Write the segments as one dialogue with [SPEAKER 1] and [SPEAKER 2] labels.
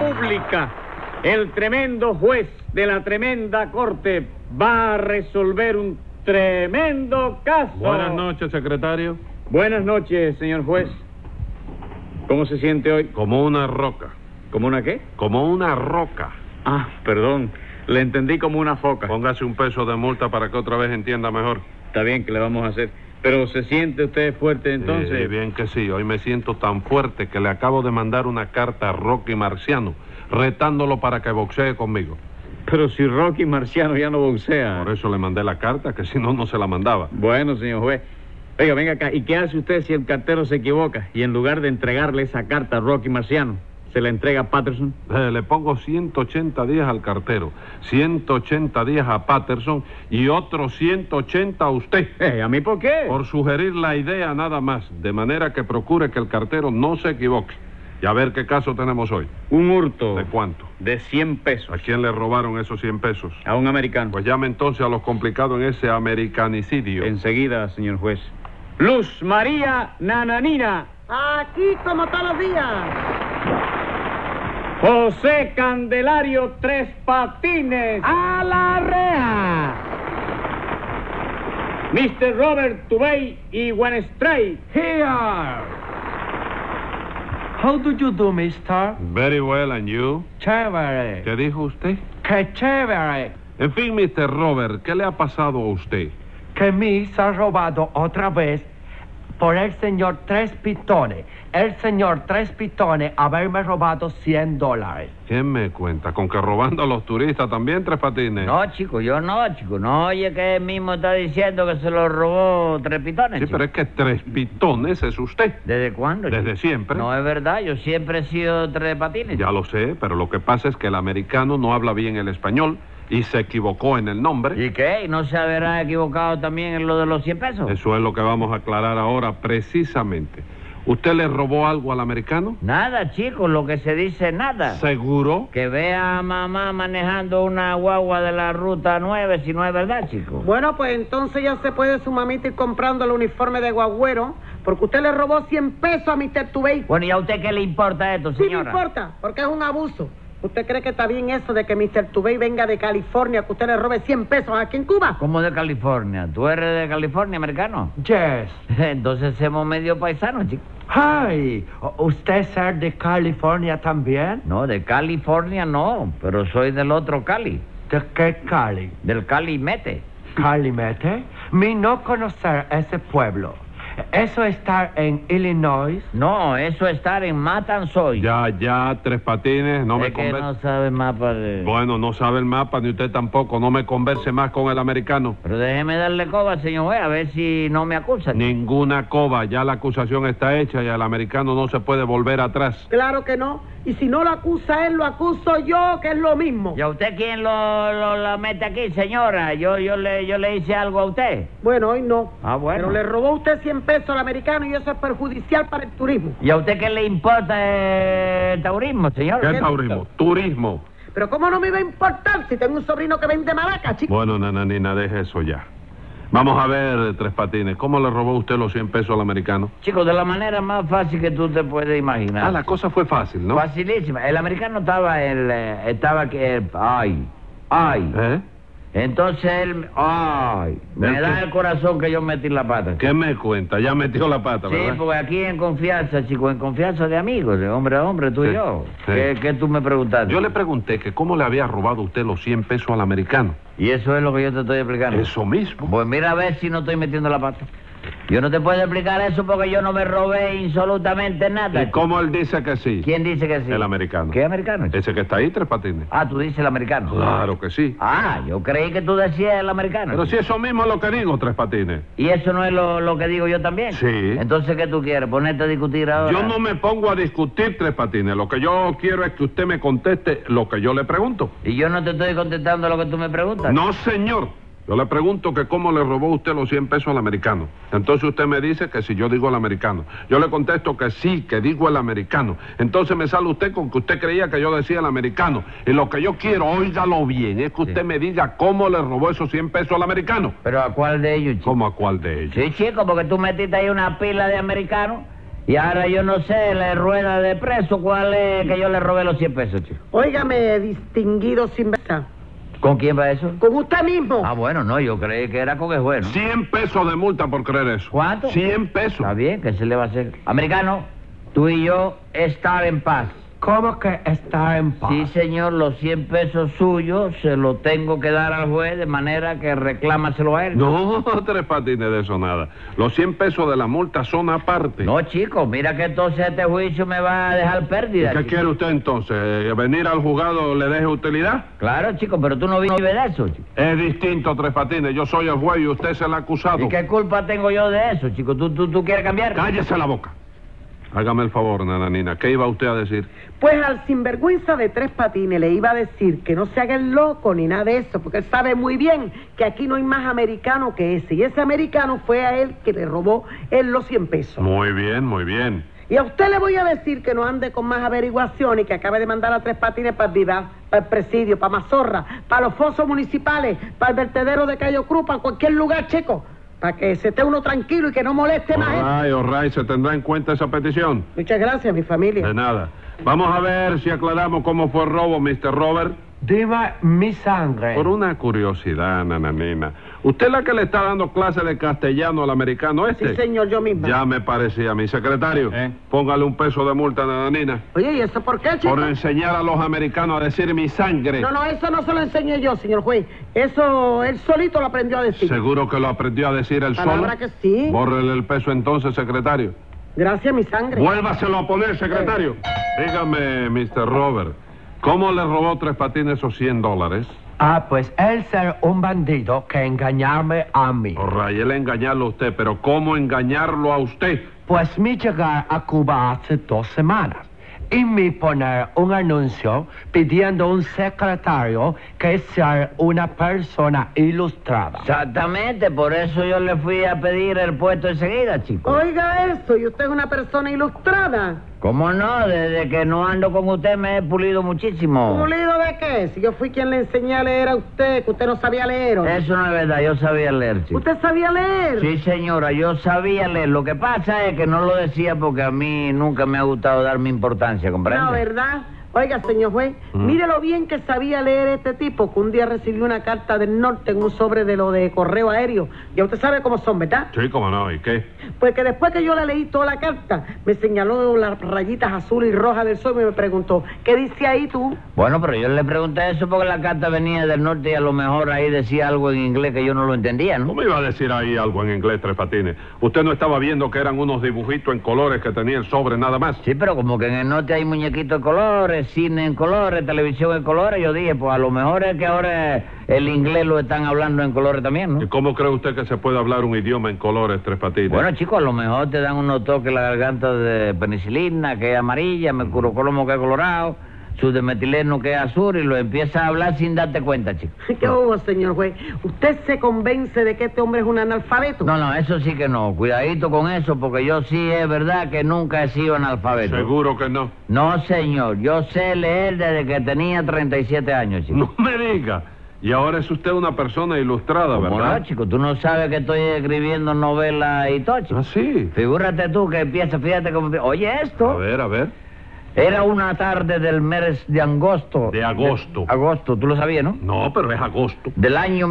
[SPEAKER 1] América, el tremendo juez de la tremenda corte va a resolver un tremendo caso.
[SPEAKER 2] Buenas noches, secretario.
[SPEAKER 1] Buenas noches, señor juez. ¿Cómo se siente hoy?
[SPEAKER 2] Como una roca.
[SPEAKER 1] ¿Como una qué?
[SPEAKER 2] Como una roca.
[SPEAKER 1] Ah, perdón. Le entendí como una foca.
[SPEAKER 2] Póngase un peso de multa para que otra vez entienda mejor.
[SPEAKER 1] Está bien que le vamos a hacer. Pero se siente usted fuerte entonces.
[SPEAKER 2] Sí, Eh, bien que sí. Hoy me siento tan fuerte que le acabo de mandar una carta a Rocky Marciano retándolo para que boxee conmigo.
[SPEAKER 1] Pero si Rocky Marciano ya no boxea.
[SPEAKER 2] Por eso le mandé la carta, que si no, no se la mandaba.
[SPEAKER 1] Bueno, señor juez. Oiga, venga acá. ¿Y qué hace usted si el cartero se equivoca y en lugar de entregarle esa carta a Rocky Marciano, se la entrega a Patterson?
[SPEAKER 2] Eh, le pongo 180 días al cartero, 180 días a Patterson y otros 180 a usted.
[SPEAKER 1] Eh, ¿A mí por qué?
[SPEAKER 2] Por sugerir la idea nada más, de manera que procure que el cartero no se equivoque. Y a ver qué caso tenemos hoy.
[SPEAKER 1] Un hurto.
[SPEAKER 2] ¿De cuánto?
[SPEAKER 1] De 100
[SPEAKER 2] ¿A
[SPEAKER 1] pesos.
[SPEAKER 2] quién le robaron esos 100 pesos?
[SPEAKER 1] A un americano.
[SPEAKER 2] Pues llame entonces a los complicados en ese americanicidio.
[SPEAKER 1] Enseguida, señor juez. Luz María Nananina.
[SPEAKER 3] Aquí como todos los días.
[SPEAKER 1] José Candelario Tres Patines.
[SPEAKER 3] A la rea.
[SPEAKER 1] Mr. Robert Tubey y One Strike.
[SPEAKER 4] Here. How do you do, mister?
[SPEAKER 2] Very well, and you?
[SPEAKER 4] Chévere.
[SPEAKER 2] ¿Qué dijo usted?
[SPEAKER 4] Que chévere.
[SPEAKER 2] En fin, Mr. Robert, ¿qué le ha pasado a usted?
[SPEAKER 4] Que me ha robado otra vez por el señor Tres Pitones. El señor Tres Pitones haberme robado 100 dólares.
[SPEAKER 2] ¿Quién me cuenta? ¿Con que robando a los turistas también, Tres Patines?
[SPEAKER 5] No, chico, yo no, chico. No oye que él mismo está diciendo que se lo robó Tres Pitones.
[SPEAKER 2] sí,
[SPEAKER 5] chico.
[SPEAKER 2] pero es que Tres Pitones es usted.
[SPEAKER 5] ¿Desde cuándo? chico?
[SPEAKER 2] Desde siempre.
[SPEAKER 5] No es verdad, yo siempre he sido Tres Patines.
[SPEAKER 2] Ya lo sé, pero lo que pasa es que el americano no habla bien el español y se equivocó en el nombre.
[SPEAKER 5] ¿Y qué? ¿Y ¿No se habrá equivocado también en lo de los 100 pesos?
[SPEAKER 2] Eso es lo que vamos a aclarar ahora precisamente. ¿Usted le robó algo al americano?
[SPEAKER 5] Nada, chico, lo que se dice nada.
[SPEAKER 2] ¿Seguro?
[SPEAKER 5] Que vea a mamá manejando una guagua de la ruta 9, si no es verdad, chico.
[SPEAKER 3] Bueno, pues entonces ya se puede su mamita ir comprando el uniforme de guagüero, porque usted le robó 100 pesos a Mr. Tubey.
[SPEAKER 5] Bueno, ¿y a usted qué le importa esto,
[SPEAKER 3] Sí, no
[SPEAKER 5] señora?
[SPEAKER 3] importa, porque es un abuso. ¿Usted cree que está bien eso de que Mr. Tubey venga de California, que usted le robe 100 pesos aquí en Cuba?
[SPEAKER 5] ¿Cómo de California? ¿Tú eres de California, americano?
[SPEAKER 4] Yes.
[SPEAKER 5] Entonces somos medio paisanos, chico.
[SPEAKER 4] Hi. ¿Usted es el de California también?
[SPEAKER 5] No, de California no, pero soy del otro Cali,
[SPEAKER 4] ¿De qué Cali?
[SPEAKER 5] del Cali Mete.
[SPEAKER 4] Calimete. Mi no conocer ese pueblo. Eso está en Illinois.
[SPEAKER 5] No, eso es estar en Matanzoy.
[SPEAKER 2] Ya, ya, Tres Patines, no
[SPEAKER 5] Es
[SPEAKER 2] me
[SPEAKER 5] que
[SPEAKER 2] convence.
[SPEAKER 5] no sabe mapa de...
[SPEAKER 2] Bueno, no sabe el mapa, ni usted tampoco. No me converse más con el americano.
[SPEAKER 5] Pero déjeme darle coba, señor juez, a ver si no me acusan.
[SPEAKER 2] Ninguna coba, ya la acusación está hecha y al americano no se puede volver atrás.
[SPEAKER 3] Claro que no. Y si no lo acusa él, lo acuso yo, que es lo mismo.
[SPEAKER 5] ¿Y a usted quién lo, lo- la mete aquí, señora? Yo, yo, le, yo le hice algo a usted.
[SPEAKER 3] Bueno, hoy no.
[SPEAKER 5] Ah, bueno.
[SPEAKER 3] Pero le robó usted 100 pesos al americano y eso es perjudicial para el turismo.
[SPEAKER 5] ¿Y a usted qué le importa eh, el taurismo, señor?
[SPEAKER 2] ¿Qué taurismo? Turismo.
[SPEAKER 3] Pero ¿cómo no me iba a importar si tengo un sobrino que vende maracas, chico?
[SPEAKER 2] Bueno, nananina, deje eso ya. Vamos a ver, Tres Patines, ¿cómo le robó usted los 100 pesos al americano?
[SPEAKER 5] Chico, de la manera más fácil que tú te puedes imaginar.
[SPEAKER 2] Ah, la cosa fue fácil, ¿no?
[SPEAKER 5] Facilísima. El americano estaba el eh, estaba que ay, ay.
[SPEAKER 2] ¿Eh?
[SPEAKER 5] Entonces él ay, me
[SPEAKER 2] ¿El
[SPEAKER 5] da
[SPEAKER 2] qué?
[SPEAKER 5] el corazón que yo metí la pata.
[SPEAKER 2] ¿Qué me cuenta? Ya metió la pata,
[SPEAKER 5] Sí,
[SPEAKER 2] ¿verdad?
[SPEAKER 5] porque aquí en confianza, chico, en confianza de amigos, de hombre a hombre, tú
[SPEAKER 2] Sí,
[SPEAKER 5] y yo.
[SPEAKER 2] sí.
[SPEAKER 5] ¿Qué, qué tú me preguntaste?
[SPEAKER 2] Yo le pregunté que cómo le había robado usted los 100 pesos al americano.
[SPEAKER 5] Y eso es lo que yo te estoy explicando.
[SPEAKER 2] Eso mismo.
[SPEAKER 5] Pues mira a ver si no estoy metiendo la pata. Yo no te puedo explicar eso porque yo no me robé absolutamente nada.
[SPEAKER 2] ¿Y cómo él dice que sí?
[SPEAKER 5] ¿Quién dice que sí?
[SPEAKER 2] El americano.
[SPEAKER 5] ¿Qué americano? chico?
[SPEAKER 2] Ese que está ahí, Tres Patines.
[SPEAKER 5] Ah, tú dices el americano.
[SPEAKER 2] Claro que sí.
[SPEAKER 5] Ah, yo creí que tú decías el americano.
[SPEAKER 2] Pero si eso mismo es lo que digo, Tres Patines.
[SPEAKER 5] ¿Y eso no es lo, lo que digo yo también?
[SPEAKER 2] Sí.
[SPEAKER 5] Entonces, ¿qué tú quieres? ¿Ponerte a discutir ahora?
[SPEAKER 2] Yo no me pongo a discutir, Tres Patines. Lo que yo quiero es que usted me conteste lo que yo le pregunto.
[SPEAKER 5] Y yo no te estoy contestando lo que tú me preguntas.
[SPEAKER 2] No, señor. Yo le pregunto que cómo le robó usted los 100 pesos al americano. Entonces usted me dice que si yo digo al americano. Yo le contesto que sí, que digo el americano. Entonces me sale usted con que usted creía que yo decía el americano. Y lo que yo quiero, óigalo bien, es que usted me diga cómo le robó esos 100 pesos al americano.
[SPEAKER 5] ¿Pero a cuál de ellos, chico?
[SPEAKER 2] ¿Cómo a cuál de ellos?
[SPEAKER 5] Sí, chico, porque tú metiste ahí una pila de americanos Y ahora yo no sé, la rueda de preso, ¿cuál es que yo le robé los 100 pesos, chico?
[SPEAKER 3] Óigame, distinguido sin vergüenza.
[SPEAKER 5] ¿Con quién va eso?
[SPEAKER 3] Con usted mismo.
[SPEAKER 5] Ah, bueno, no, yo creí que era con el juez, ¿no?
[SPEAKER 2] 100 pesos de multa por creer eso.
[SPEAKER 5] ¿Cuánto?
[SPEAKER 2] 100 pesos.
[SPEAKER 5] Está bien, ¿qué se le va a hacer? Americano, tú y yo estar en paz.
[SPEAKER 4] ¿Cómo que está en paz?
[SPEAKER 5] Sí, señor, los 100 pesos suyos se los tengo que dar al juez de manera que reclámaselo a él.
[SPEAKER 2] No, tres patines de eso nada. Los 100 pesos de la multa son aparte.
[SPEAKER 5] No, chico, mira que entonces este juicio me va a dejar
[SPEAKER 2] ¿Y
[SPEAKER 5] pérdida.
[SPEAKER 2] ¿Qué
[SPEAKER 5] chico.
[SPEAKER 2] quiere usted entonces? ¿Eh, ¿Venir al juzgado le deje utilidad?
[SPEAKER 5] Claro, chico, pero tú no vives de eso, chico.
[SPEAKER 2] Es distinto, Tres Patines. Yo soy el juez y usted es el acusado.
[SPEAKER 5] ¿Y qué culpa tengo yo de eso, chico? ¿Tú, tú, tú quieres cambiar?
[SPEAKER 2] Cállese la boca. Hágame el favor, nananina. ¿Qué iba usted a decir?
[SPEAKER 3] Pues al sinvergüenza de tres patines le iba a decir que no se haga el loco ni nada de eso, porque él sabe muy bien que aquí no hay más americano que ese. Y ese americano fue a él que le robó él los 100 pesos.
[SPEAKER 2] Muy bien, muy bien.
[SPEAKER 3] Y a usted le voy a decir que no ande con más averiguaciones, que acabe de mandar a tres patines para el Vivar, para el presidio, para Mazorra, para los fosos municipales, para el vertedero de Cayo Cruz, para cualquier lugar, chico, para que se esté uno tranquilo y que no moleste más. gente.
[SPEAKER 2] Orray, orray, se tendrá en cuenta esa petición.
[SPEAKER 3] Muchas gracias, mi familia.
[SPEAKER 2] De nada. Vamos a ver si aclaramos cómo fue el robo, Mr. Robert.
[SPEAKER 4] Dime mi sangre.
[SPEAKER 2] Por una curiosidad, nananina. ¿Usted es la que le está dando clase de castellano al americano este?
[SPEAKER 3] Sí, señor, yo misma.
[SPEAKER 2] Ya me parecía, mi secretario.
[SPEAKER 1] ¿Eh?
[SPEAKER 2] Póngale un peso de multa, nananina.
[SPEAKER 3] Oye, ¿y eso por qué, chico?
[SPEAKER 2] Por enseñar a los americanos a decir mi sangre.
[SPEAKER 3] No, no, eso no se lo enseñé yo, señor juez. Eso él solito lo aprendió a decir.
[SPEAKER 2] Seguro que lo aprendió a decir el sol.
[SPEAKER 3] Palabra que sí.
[SPEAKER 2] Bórrele el peso entonces, secretario.
[SPEAKER 3] Gracias, mi sangre.
[SPEAKER 2] Vuélvaselo a poner, secretario. Dígame, Mr. Robert, ¿cómo le robó Tres Patines esos 100 dólares?
[SPEAKER 4] Ah, pues él ser un bandido que engañarme a mí.
[SPEAKER 2] Orray, él engañarlo a usted, pero ¿cómo engañarlo a usted?
[SPEAKER 4] Pues mi llegar a Cuba hace dos semanas y mi poner un anuncio pidiendo un secretario que sea una persona ilustrada.
[SPEAKER 5] Exactamente, por eso yo le fui a pedir el puesto enseguida, chico.
[SPEAKER 3] Oiga eso, y usted es una persona ilustrada.
[SPEAKER 5] ¿Cómo no? Desde que no ando con usted me he pulido muchísimo.
[SPEAKER 3] ¿Pulido de qué? Si yo fui quien le enseñé a leer a usted, que usted no sabía leer. ¿o?
[SPEAKER 5] Eso no es verdad, yo sabía leer, chico.
[SPEAKER 3] ¿Usted sabía leer?
[SPEAKER 5] Sí, señora, yo sabía leer. Lo que pasa es que no lo decía porque a mí nunca me ha gustado darme importancia, ¿comprende?
[SPEAKER 3] No, ¿verdad? Oiga, señor juez,
[SPEAKER 5] Mm.
[SPEAKER 3] mire lo bien que sabía leer este tipo, que un día recibió una carta del norte en un sobre de lo de correo aéreo. Ya usted sabe cómo son, ¿verdad?
[SPEAKER 2] Sí, cómo no, ¿y qué?
[SPEAKER 3] Pues que después que yo le leí toda la carta, me señaló las rayitas azul y roja del sol y me preguntó, ¿qué dice ahí tú?
[SPEAKER 5] Bueno, pero yo le pregunté eso porque la carta venía del norte y a lo mejor ahí decía algo en inglés que yo no lo entendía, ¿no?
[SPEAKER 2] ¿Cómo iba a decir ahí algo en inglés, Tres Patines? Usted no estaba viendo que eran unos dibujitos en colores que tenía el sobre nada más.
[SPEAKER 5] Sí, pero como que en el norte hay muñequitos en colores, cine en colores, televisión en colores, yo dije, pues a lo mejor es que ahora el inglés lo están hablando en colores también,
[SPEAKER 2] ¿Y
[SPEAKER 5] ¿no?
[SPEAKER 2] cómo cree usted que se puede hablar un idioma en colores, Tres Patines?
[SPEAKER 5] Bueno, chicos, a lo mejor te dan unos toques en la garganta de penicilina, que es amarilla, mercurocolomo, que es colorado, subdemetileno, que es azul, y lo empiezas a hablar sin darte cuenta, chico.
[SPEAKER 3] ¿Qué hubo, señor juez? ¿Usted se convence de que este hombre es un analfabeto?
[SPEAKER 5] No, no, eso sí que no. Cuidadito con eso, porque yo sí es verdad que nunca he sido analfabeto.
[SPEAKER 2] Seguro que no.
[SPEAKER 5] No, señor. Yo sé leer desde que tenía 37 años, chico.
[SPEAKER 2] No me diga. Y ahora es usted una persona ilustrada,
[SPEAKER 5] ¿Cómo
[SPEAKER 2] ¿verdad?
[SPEAKER 5] no, chico? Tú no sabes que estoy escribiendo novelas y todo, chico.
[SPEAKER 2] Ah, sí.
[SPEAKER 5] Figúrate tú que empieza, fíjate cómo... empie- Oye,
[SPEAKER 2] A
[SPEAKER 5] esto...
[SPEAKER 2] ver, a ver.
[SPEAKER 5] Era una tarde del mes de agosto.
[SPEAKER 2] De agosto.
[SPEAKER 5] De- agosto, tú lo sabías, ¿no?
[SPEAKER 2] No, pero es agosto.
[SPEAKER 5] Del año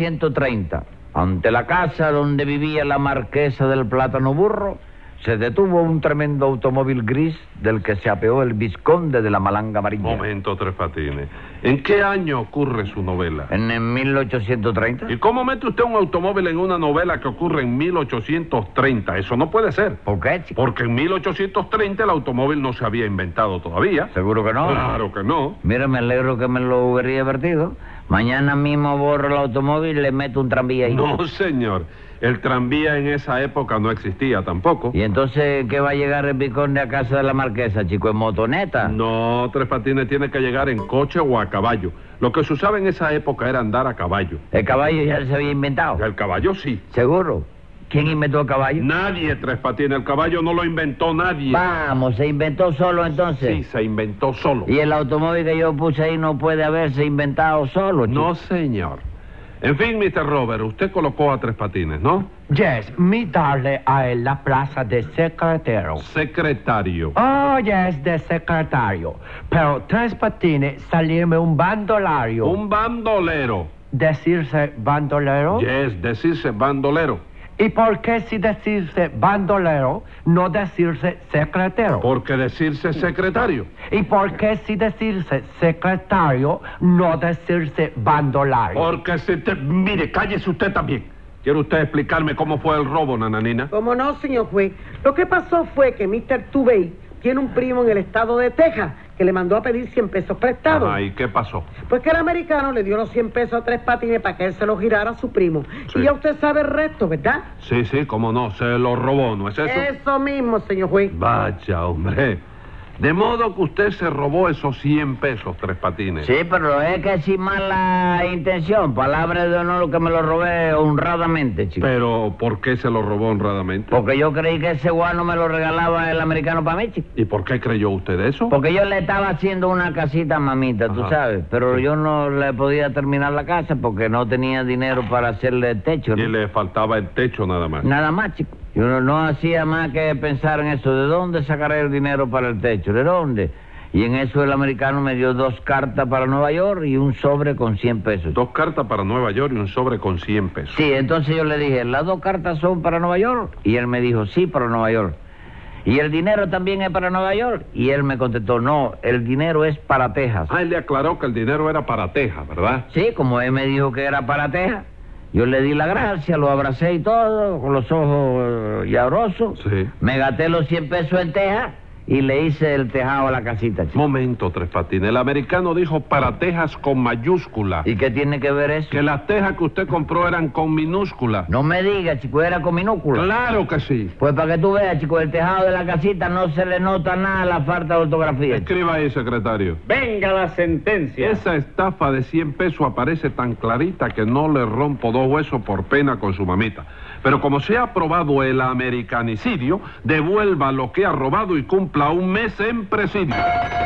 [SPEAKER 5] 1830. Ante la casa donde vivía la marquesa del plátano burro, se detuvo un tremendo automóvil gris del que se apeó el visconde de la malanga amarilla.
[SPEAKER 2] Momento, Tres Patines. ¿En qué año ocurre su novela?
[SPEAKER 5] En el 1830.
[SPEAKER 2] ¿Y cómo mete usted un automóvil en una novela que ocurre en 1830? Eso no puede ser.
[SPEAKER 5] ¿Por qué, chico?
[SPEAKER 2] Porque en 1830 el automóvil no se había inventado todavía.
[SPEAKER 5] Seguro que no.
[SPEAKER 2] Claro que no.
[SPEAKER 5] Mira, me alegro que me lo hubiera divertido. Mañana mismo borro el automóvil y le meto un tranvía ahí.
[SPEAKER 2] No, señor. El tranvía en esa época no existía tampoco.
[SPEAKER 5] ¿Y entonces qué va a llegar el visconde a casa de la marquesa, chico? ¿En motoneta?
[SPEAKER 2] No, Tres Patines tiene que llegar en coche o a caballo. Lo que se usaba en esa época era andar a caballo.
[SPEAKER 5] El caballo ya se había inventado.
[SPEAKER 2] El caballo sí.
[SPEAKER 5] ¿Seguro? ¿Quién inventó el caballo?
[SPEAKER 2] Nadie, Tres Patines. El caballo no lo inventó nadie.
[SPEAKER 5] Vamos, se inventó solo
[SPEAKER 2] Sí,
[SPEAKER 5] entonces.
[SPEAKER 2] se inventó solo.
[SPEAKER 5] Y el automóvil que yo puse ahí no puede haberse inventado solo. chico.
[SPEAKER 2] No, señor. En fin, Mr. Robert, usted colocó a Tres Patines, ¿no?
[SPEAKER 4] Yes, me darle a él la plaza de secretario.
[SPEAKER 2] Secretario.
[SPEAKER 4] Oh, yes, de secretario. Pero tres patines salirme un bandolario.
[SPEAKER 2] Un bandolero.
[SPEAKER 4] ¿Decirse bandolero?
[SPEAKER 2] Yes, decirse bandolero.
[SPEAKER 4] ¿Y por qué si decirse bandolero, no decirse secretario?
[SPEAKER 2] Porque decirse secretario.
[SPEAKER 4] ¿Y por qué si decirse secretario, no decirse bandolario?
[SPEAKER 2] Porque se te... Mire, cállese usted también. ¿Quiere usted explicarme cómo fue el robo, nananina?
[SPEAKER 3] Como no, señor juez. Lo que pasó fue que Mr. Tubey tiene un primo en el estado de Texas que le mandó a pedir 100 pesos prestados.
[SPEAKER 2] Ay, ¿qué pasó?
[SPEAKER 3] Pues que el americano le dio los 100 pesos a tres patines para que él se los girara a su primo.
[SPEAKER 2] Sí.
[SPEAKER 3] Y ya usted sabe el resto, ¿verdad?
[SPEAKER 2] Sí, sí, cómo no, se lo robó, ¿no es eso?
[SPEAKER 3] Eso mismo, señor juez.
[SPEAKER 2] Vaya, hombre. De modo que usted se robó esos 100 pesos, Tres Patines.
[SPEAKER 5] Sí, pero es que sin mala intención, palabra de honor que me lo robé honradamente, chico.
[SPEAKER 2] Pero, ¿por qué se lo robó honradamente?
[SPEAKER 5] Porque yo creí que ese guano me lo regalaba el americano para mí, chico.
[SPEAKER 2] ¿Y por qué creyó usted eso?
[SPEAKER 5] Porque yo le estaba haciendo una casita a mamita, tú
[SPEAKER 2] Ajá.
[SPEAKER 5] sabes. Pero yo no le podía terminar la casa porque no tenía dinero para hacerle el techo. ¿no?
[SPEAKER 2] Y le faltaba el techo nada más.
[SPEAKER 5] Nada más, chico. Yo no, no hacía más que pensar en eso. ¿De dónde sacaré el dinero para el techo? ¿De dónde? Y en eso el americano me dio dos cartas para Nueva York y un sobre con 100 pesos.
[SPEAKER 2] Dos cartas para Nueva York y un sobre con 100 pesos.
[SPEAKER 5] Sí, entonces yo le dije, las dos cartas son para Nueva York. Y él me dijo, sí, para Nueva York. Y el dinero también es para Nueva York. Y él me contestó, no, el dinero es para Texas.
[SPEAKER 2] Ah, él le aclaró que el dinero era para Texas, ¿verdad?
[SPEAKER 5] Sí, como él me dijo que era para Texas, yo le di la gracia, lo abracé y todo, con los ojos eh, llorosos.
[SPEAKER 2] Sí.
[SPEAKER 5] Me gasté los 100 pesos en Texas y le hice el tejado a la casita, chico.
[SPEAKER 2] Momento, Tres Patines. El americano dijo para Texas con mayúscula.
[SPEAKER 5] ¿Y qué tiene que ver eso?
[SPEAKER 2] Que las tejas que usted compró eran con minúscula.
[SPEAKER 5] No me digas, chico, era con minúscula.
[SPEAKER 2] Claro que sí.
[SPEAKER 5] Pues para que tú veas, chico, el tejado de la casita no se le nota nada la falta de ortografía. chico.
[SPEAKER 2] Escriba ahí, secretario.
[SPEAKER 1] Venga la sentencia.
[SPEAKER 2] Esa estafa de 100 pesos aparece tan clarita que no le rompo dos huesos por pena con su mamita. Pero como se ha aprobado el americanicidio, devuelva lo que ha robado y cumpla un mes en presidio.